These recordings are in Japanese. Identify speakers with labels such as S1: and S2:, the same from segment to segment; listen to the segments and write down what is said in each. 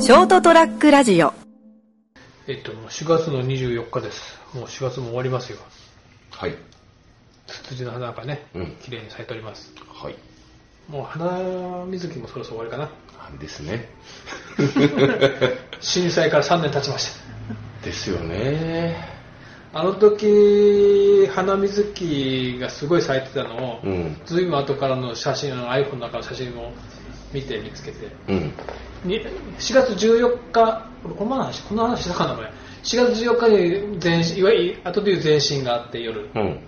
S1: ショートトラックラジオ
S2: えっと、4月の24日です。もう4月も終わりますよ。
S3: はい。
S2: ツツジの花がね
S3: うん、
S2: 綺麗に咲いております。
S3: はい。
S2: もう花水木もそろそろ終わりかな。
S3: ですね。
S2: 震災から3年経ちました。
S3: ですよね。
S2: あの時、花水木がすごい咲いてたのを、
S3: うん。
S2: ずいぶん後からの写真、iPhone の中の写真を見て見つけて、
S3: うん。
S2: に4月14日、俺この話、この話したかな、前。4月14日に全身、いわゆる後で言う前進があって夜。
S3: うん。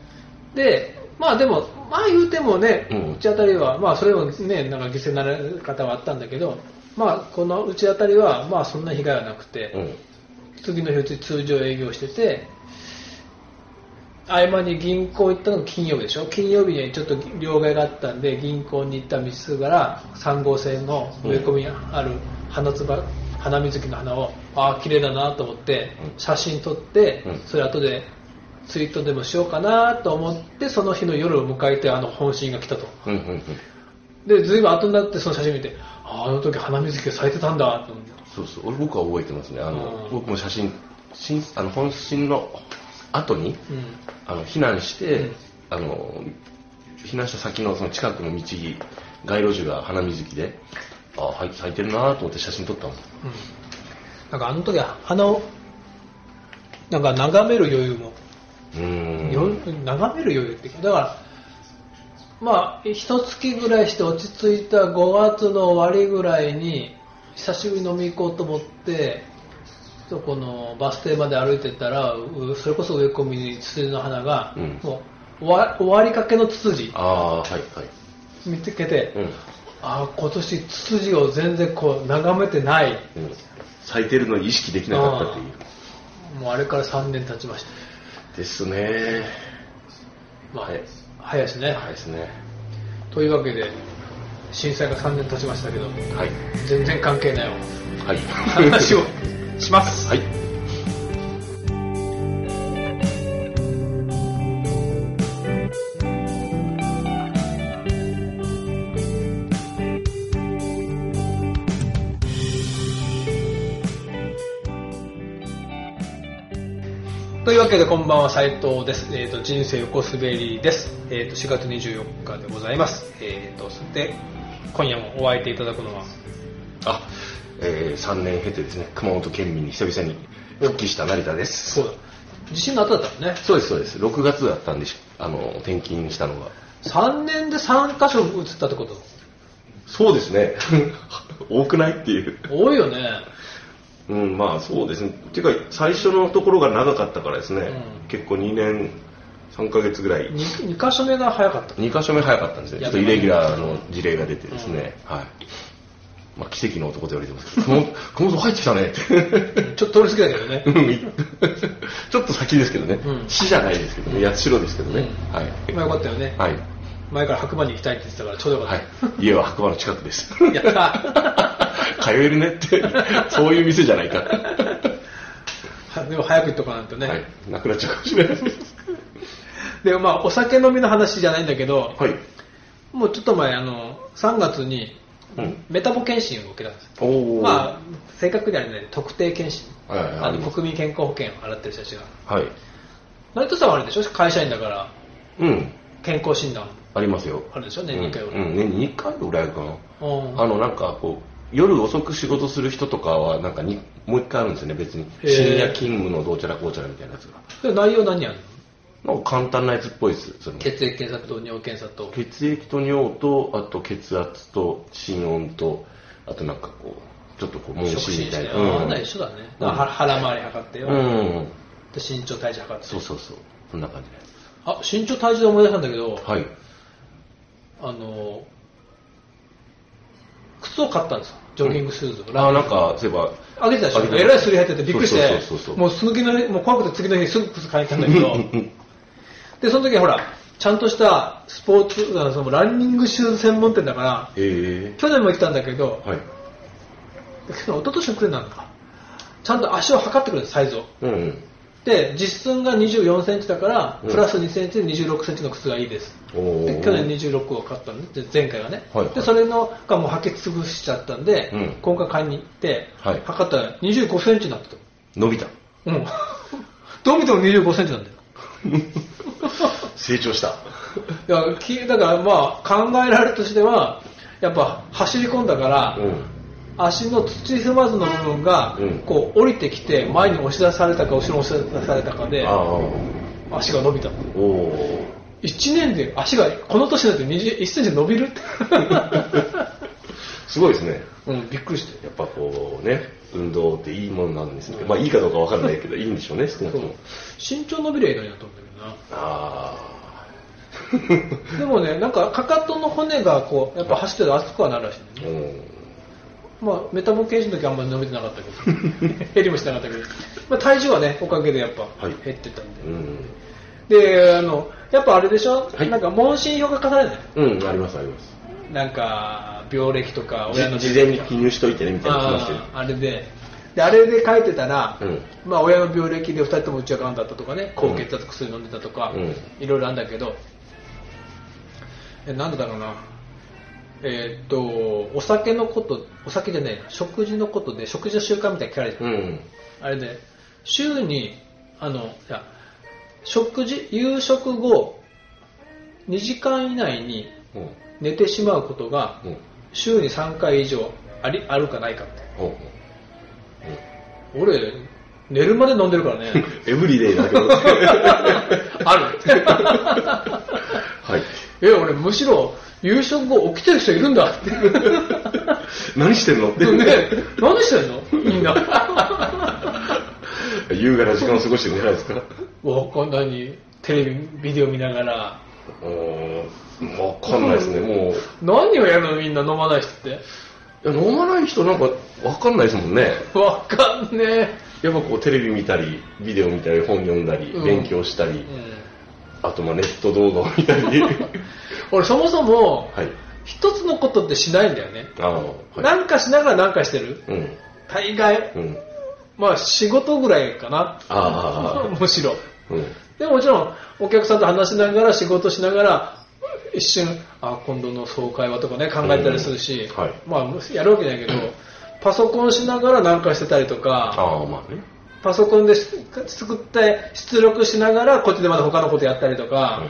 S2: で、まあでも、まあ言うてもね、
S3: うん
S2: うちあたりは、まあそれもね、なんか犠牲になる方はあったんだけど、まあこのうちあたりは、まあそんな被害はなくて、
S3: うん。
S2: 次の日うち通常営業してて、合間に銀行行ったのが金曜日でしょ金曜日にちょっと両替があったんで、銀行に行った道すがら、3号線の植え込みにある花つば、花水木の花を、ああ、綺麗だなと思って
S3: うん、
S2: 写真撮って
S3: うん、
S2: それ後でツイートでもしようかなと思って、その日の夜を迎えて、あの本心が来たと。
S3: うん。うん。
S2: で、ずいぶん後になってその写真見て、ああ、あの時花水木が咲いてたんだと思って。
S3: そうそう。俺僕は覚えてますね。あの、
S2: うん
S3: 僕も写真、しんあの本心の後に、
S2: うん
S3: あの、避難して、
S2: うん
S3: あの、避難した先のその近くの道、街路樹が花水木で、あ、はい咲いてるなと思って写真撮ったもん。
S2: うんなんかあの時は花をなんか眺める余裕も、
S3: うーん。
S2: よ眺める余裕っていうかだからまあ一月ぐらいして落ち着いた5月の終わりぐらいに久しぶりに飲み行こうと思ってそこのバス停まで歩いてたらうそれこそ植え込みにツツジの花が、
S3: うん
S2: もう終わ終わりかけのツツジ
S3: ああ、はい、はい。
S2: 見つけて、
S3: うん。
S2: ああ今年ツツジを全然こう眺めてない
S3: うん咲いてるのに意識できなかったっていう。
S2: もうあれから3年経ちました
S3: ですね。
S2: まあ、
S3: はい
S2: 早いですね、
S3: はいですね。
S2: というわけで、震災が3年経ちましたけど、
S3: はい。
S2: 全然関係ない
S3: はい。
S2: 話をします。
S3: はい。
S2: というわけで、こんばんは、斉藤です。えっ、と、人生横滑りです。えっ、と、4月24日でございます。えっ、と、そして、今夜もお会いていただくのは、
S3: あ、えー、3年経てですね、熊本県民に久々に復帰した成田です。
S2: そうだ、地震の後だったのね。
S3: そうです、そうです。6月だったんでし、あの、転勤したのが。
S2: 3年で3箇所移ったってこと
S3: そうです ね。多くないっていう。
S2: 多いよね。
S3: うん、まあそうですね。ていうか、最初のところが長かったからですね。
S2: うん
S3: 結構2年、3ヶ月ぐらい。
S2: 2, 2箇所目が早かった。
S3: 2箇所目早かったんですね。ちょっとイレギュラーの事例が出てですね。はい。まあ奇跡の男と言われてますけど。熊本熊本入ってきたねって。
S2: ちょっと通り過ぎだけどね。
S3: うんちょっと先ですけどね、
S2: うん
S3: 死じゃないですけどね、八代ですけどね、
S2: うん
S3: はい、
S2: まあよかったよね。
S3: はい、
S2: 前から白馬に行きたいって言ってたから、ちょうどよか
S3: は
S2: っ
S3: い、家は白馬の近くです、
S2: た。やった
S3: 通えるねって、そういう店じゃないかって、
S2: は でも早く言っとかないとね、
S3: はい、なくなっちゃうかもしれないです。
S2: でまあお酒飲みの話じゃないんだけど
S3: はい、
S2: もうちょっと前あの3月に
S3: うん、
S2: メタボ検診を受けたんです
S3: おお、
S2: まあ正確にはね特定検診
S3: はいはい
S2: あ
S3: ありま
S2: の
S3: す
S2: 国民健康保険を払ってる人たちが
S3: はい、
S2: 成田さんはあれでしょ会社員だから
S3: うん、
S2: 健康診断
S3: ありますよ、
S2: あるでしょ年2回ぐらい
S3: うん、うん年に2回ぐらいかな、
S2: うん
S3: あのなんかこう、夜遅く仕事する人とかは、なんかにもう1回あるんですよね、別に、
S2: へー
S3: 深夜勤務のどうちゃらこうちゃらみたいなやつが、
S2: で内容何やるの
S3: なんか簡単なやつっぽいです、それも
S2: 血液検査と尿検査と
S3: 血液と尿とあと血圧と心音とあとなんかこうちょっとこう問
S2: 触
S3: 診み
S2: 診
S3: た
S2: し
S3: い
S2: て
S3: な、
S2: ああんな一緒だねだからは腹回り測ってよ、
S3: うん、うん、
S2: で身長体重測って
S3: そうそうそうそんな感じです
S2: あ身長体重で思い出したんだけど、
S3: はい
S2: あの靴を買ったんですよジョギングシューズを、
S3: あなんかそういえば
S2: あげてたでしょ
S3: あげてた
S2: えらいすり減っててびっくりして
S3: そうそうそうそう
S2: もうその次の日もう怖くて次の日すぐ靴買いに行ったんだけど でその時はほらちゃんとしたスポーツあのそのランニングシューズ専門店だから
S3: え
S2: 去年も行ったんだけど
S3: えはい
S2: 一昨年の暮れなのかちゃんと足を測ってくれるサイズを
S3: うんうん
S2: でで、実寸が24センチだから、
S3: うん
S2: プラス2センチで26センチの靴がいいです。
S3: お
S2: で
S3: ー
S2: 去年26個買ったんで、で前回はね、
S3: はいはい
S2: でそれのがもう履き潰しちゃったんで、
S3: うん
S2: 今回買いに行って、
S3: はい
S2: 測ったら25センチになってた。
S3: 伸びた。
S2: うん。 どう見ても25センチなんだよ。
S3: 成長した。
S2: いやきだからまあ考えられるとしては、やっぱ走り込んだから、
S3: う
S2: 足の土踏まずの部分が
S3: うん
S2: こう降りてきて前に押し出されたか後ろに押し出されたかで
S3: ん。ああ。
S2: 足が伸びた
S3: おお。
S2: 1年で足がこの年だって1センチ伸びるっ て、
S3: すごいですね。
S2: うん、びっくりして
S3: やっぱこうね、運動っていいものなんですね。まあいいかどうかわかんないけど、いいんでしょうね、少なく
S2: そ
S3: と
S2: う
S3: も。
S2: 身長伸びりゃいいのになと思うんだけどな
S3: あ
S2: でもね、なんかかかとの骨がこうやっぱ走ってると熱くはなるらしい
S3: あ。
S2: ね、
S3: うん。
S2: まあ、メタボケージの時はあんまり伸びてなかったけど、 減りもしてなかったけど、まあ、体重はね、おかげでやっぱ
S3: はい
S2: 減ってたんで、
S3: うん。
S2: であのやっぱあれでしょ、
S3: はい
S2: なんか問診票が課されない、
S3: うん、ありますあります。
S2: なんか病歴とか、親の
S3: じ事
S2: 病歴
S3: 前に
S2: とか
S3: 記入しといてね、みたいな話
S2: あーあれでで、あれで書いてたら、
S3: うん
S2: まあ、親の病歴で2人ともうちはがんだったとかね、高血圧薬飲んでたとか、
S3: うん
S2: いろいろあるんだけど、えなんでだろうな、えーっと、お酒のこと、お酒じゃねえな、食事のことで、食事の習慣みたいに聞かれて、
S3: うん。
S2: あれで、週に、あの、いや、食事、夕食後、2時間以内に
S3: うん。
S2: 寝てしまうことが、
S3: うん。
S2: 週に3回以上ありあるかないかって。
S3: うん。うん。
S2: 俺、寝るまで飲んでるからね。
S3: エブリデイだけど。
S2: ある。
S3: はい。
S2: え、俺、むしろ、夕食後起きてる人いるん だって。
S3: 何してんのって。
S2: ね、何してんのみんな。
S3: 優雅な時間を過ごしてるんじゃないですか。
S2: わかんないに、テレビ、ビデオ見ながら。
S3: うん。わかんないですね、もう。
S2: 何をやるのみんな飲まない人って。
S3: いや飲まない人なんかわかんないですもんね。
S2: わかんねえ。
S3: やっぱこうテレビ見たり、ビデオ見たり、本読んだり、
S2: うん
S3: 勉強したり、
S2: うん
S3: あとまあネット動画を見た り。はい。
S2: 俺、そもそも、一つのことってしないんだよね。
S3: あの、はい。
S2: なんかしながらなんかしてる。
S3: うん。
S2: 大概、
S3: うん。
S2: まあ仕事ぐらいかな。
S3: あ
S2: むしろ。
S3: あ。うん。
S2: でももちろん、お客さんと話しながら、仕事しながら、一瞬、あ、今度の総会はとかね、考えたりするし、
S3: うんはい
S2: まあ、やるわけないけど、パソコンしながらなんかしてたりとか、
S3: ああ、まあね。
S2: パソコンで作って出力しながら、こっちでまた他のことやったりとか、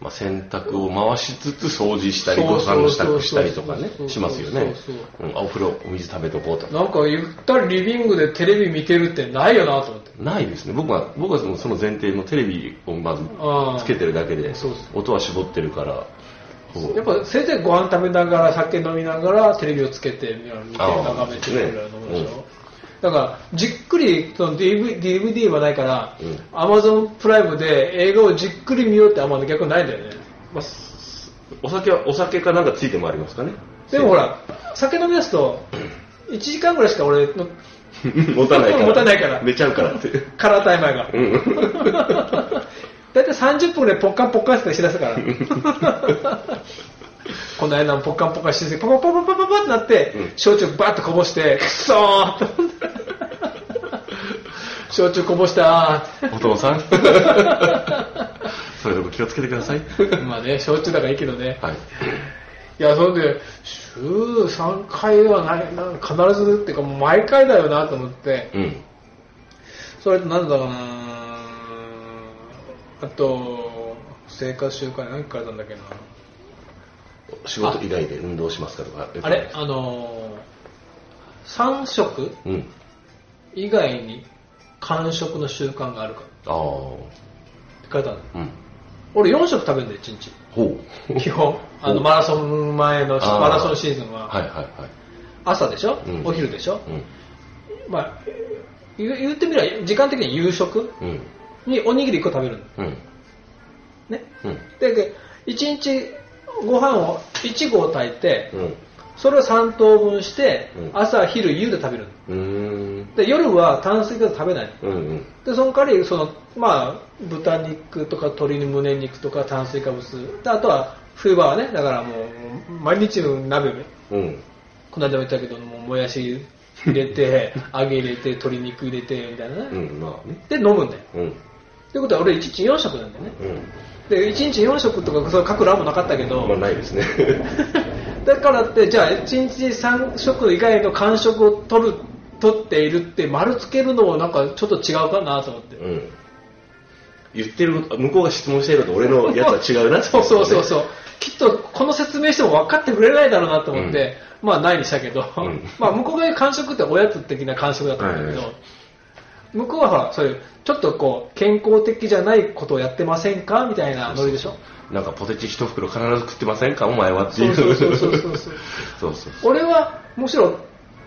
S3: まあ、洗濯を回しつつ掃除したりご飯の支度したりとかね
S2: そうそうそうそう
S3: しますよね
S2: そう
S3: うんあお風呂お水食べとこうとか
S2: なんかゆったりリビングでテレビ見てるってないよなと思って。
S3: ないですね僕は僕はそのその前提のテレビをまず
S2: あ
S3: つけてるだけで
S2: そう
S3: 音は絞ってるからこう
S2: やっぱせいぜいご飯食べながら酒飲みながらテレビをつけて見て
S3: あー
S2: 眺めてるぐらいのものでしょ、
S3: ね
S2: だからじっくりその DV DVD はないから、
S3: うん
S2: Amazon プライムで映画をじっくり見ようってあんまり逆にないんだよね
S3: まあすお酒はお酒かなんかついてもありますかね
S2: でもほら酒飲み出すと1時間ぐらいしか俺の
S3: 持たないから
S2: 持たないから
S3: 寝ちゃうからって
S2: カラータイマーが
S3: うん
S2: 大体30分でポッカンポッカンってしだすからこの間もポッカンポッカンしてポカポカポカポカってなって、
S3: うん
S2: 焼酎バーッとこぼしてくそーって焼酎こぼした
S3: お父さんそういうとこ気をつけてください
S2: ーまあね焼酎だからいいけどね
S3: はい
S2: いやそれで週3回はないなんか必ずっていうかもう毎回だよなと思って
S3: うん
S2: それとなんだろうなあと生活習慣何書いたんだっけな
S3: 仕事以外で運動しますかとかよく
S2: あ
S3: ない
S2: れあのー、3食
S3: うん
S2: 以外に間食の習慣があるかっ
S3: ああ
S2: て書いてあるの
S3: うん
S2: 俺4食食べるんだよ1日
S3: ほう
S2: 基本あのマラソン前の
S3: あー
S2: マラソンシーズン
S3: はい
S2: は
S3: はいはい
S2: 朝でしょ、
S3: うん
S2: お昼でしょ、
S3: うん
S2: まあ言う言ってみれば時間的には夕食
S3: うん
S2: におにぎり1個食べるの
S3: うん
S2: ね
S3: うん
S2: で1日ご飯を1合炊いて
S3: うん
S2: それを3等分して
S3: うん
S2: 朝昼夕で食べるの
S3: うーん
S2: で夜は炭水化物食べないの
S3: うんうん
S2: でその代わりその、まあ、豚肉とか鶏の胸肉とか炭水化物であとは冬場はねだからもうもう毎日の鍋
S3: うん
S2: この間も言ったけどもうもやし入れ て、揚げ入れて、鶏肉入れて、みたいな
S3: う
S2: ね。
S3: ん、まあね。
S2: で、飲むんだよ。
S3: うん。
S2: ということは、俺1日4食なんだよね。
S3: う
S2: で、1日4食とか、そう書く欄もなかったけど
S3: ん。ま、あ、ないですね。
S2: だからって、じゃあ、1日3食以外の間食を取る、取っているって、丸つけるのもなんかちょっと違うかなと思って。
S3: うん。言ってること、向こうが質問してるのと俺のやつは違うなって
S2: そうそうそうそう。きっとこの説明しても分かってくれないだろうなと思って、まあないにしたけど、
S3: うん
S2: まあ向こうが感触っておやつ的な感触だったんだけど、
S3: はいはい
S2: 向こうはほら、そういう、ちょっとこう、健康的じゃないことをやってませんかみたいなノリでしょ。
S3: なんかポテチ一袋必ず食ってませんかお前はっていう。
S2: そうそうそうそうそう
S3: そうそう
S2: 俺はむしろ、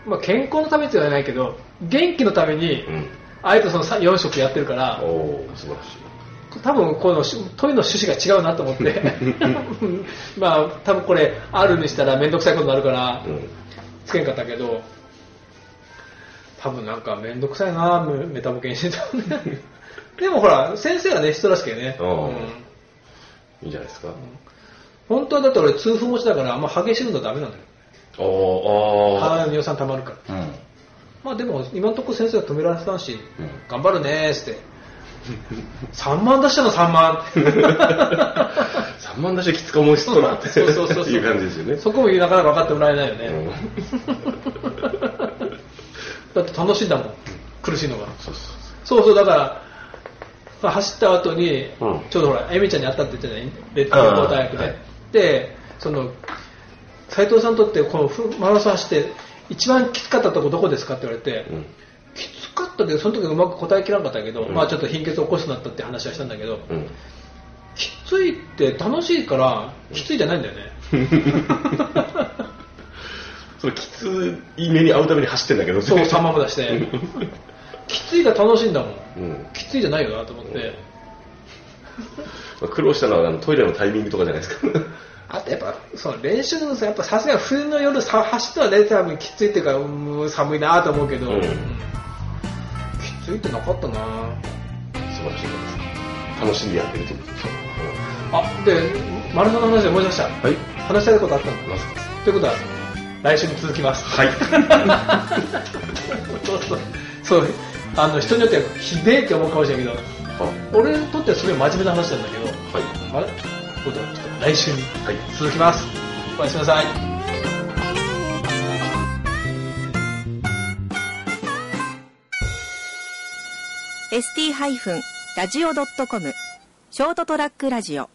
S2: まあ健康のためって言わないけど、元気のために、
S3: うん。
S2: あえてその4食やってるから、
S3: おー、素晴らしい。
S2: 多分このし問いの趣旨が違うなと思っ て、まあ多分これ、あるにしたら面倒くさいことになるから、
S3: うん。
S2: つけんかったけど、多分なんかめんどくさいなメメタボ検診とか ね。でもほら、先生はね、人らしくてね。
S3: ああ
S2: うん
S3: いいんじゃないですか。
S2: 本当はだって俺、痛風持ちだから、あんま激しいのはダメなんだよ。
S3: おー、あ
S2: 体の尿酸溜まるから。
S3: ー。うん。
S2: まあでも、今のところ先生は止められてたし、
S3: うん
S2: 頑張るねーっつって。3万出したの3万
S3: 3万出しはきつく思いしそうなって
S2: そうそうそうそう
S3: いう感じですよね。
S2: そこもなかなか分かってもらえないよね。
S3: うん
S2: だって楽しいんだもん、苦しいのが。
S3: そうそうそ
S2: そうそう、だから、まあ走った後に、
S3: うん
S2: ちょうどほら、エミちゃんに会ったって言ってたね、レッドレ
S3: ああ
S2: ポー大学で。
S3: はい
S2: で、その、斉藤さんにとって、このフマラソン走って、一番きつかったとこどこですかって言われて、
S3: う。うん。
S2: きつかったけど、その時うまく答えきらんかったけど、
S3: うん
S2: まあちょっと貧血を起こすなったって話はしたんだけど、
S3: うん。
S2: きついって楽しいから、きついじゃないんだよね。
S3: そのきつい目に遭うために走ってんだけどね
S2: そう、3万も出して。きついが楽しいんだもん。
S3: うん。
S2: きついじゃないよなと思って。
S3: まあ苦労したのはあのトイレのタイミングとかじゃないですか。
S2: あとやっぱその練習のさやっぱさすがに冬の夜さ走ったらね多分きついっていうかうん寒いなと思うけど、
S3: うん
S2: きついってなかったな
S3: 素晴らしいです。楽しんでやってるという。
S2: あでマラソンの話で思い出した
S3: はい。
S2: 話したいことあったの
S3: まず
S2: ということは来週も続きます
S3: はい。
S2: そうそうそうあの人によってはひでえって思うかもしれないけ
S3: あ
S2: ど俺にとってはすごい真面目な話なんだけど
S3: はい。
S2: まあ、ということはちょっと来週に
S3: はい。
S2: 続きますおやすみなさい
S1: ー ST-radio.com ショートトラックラジオ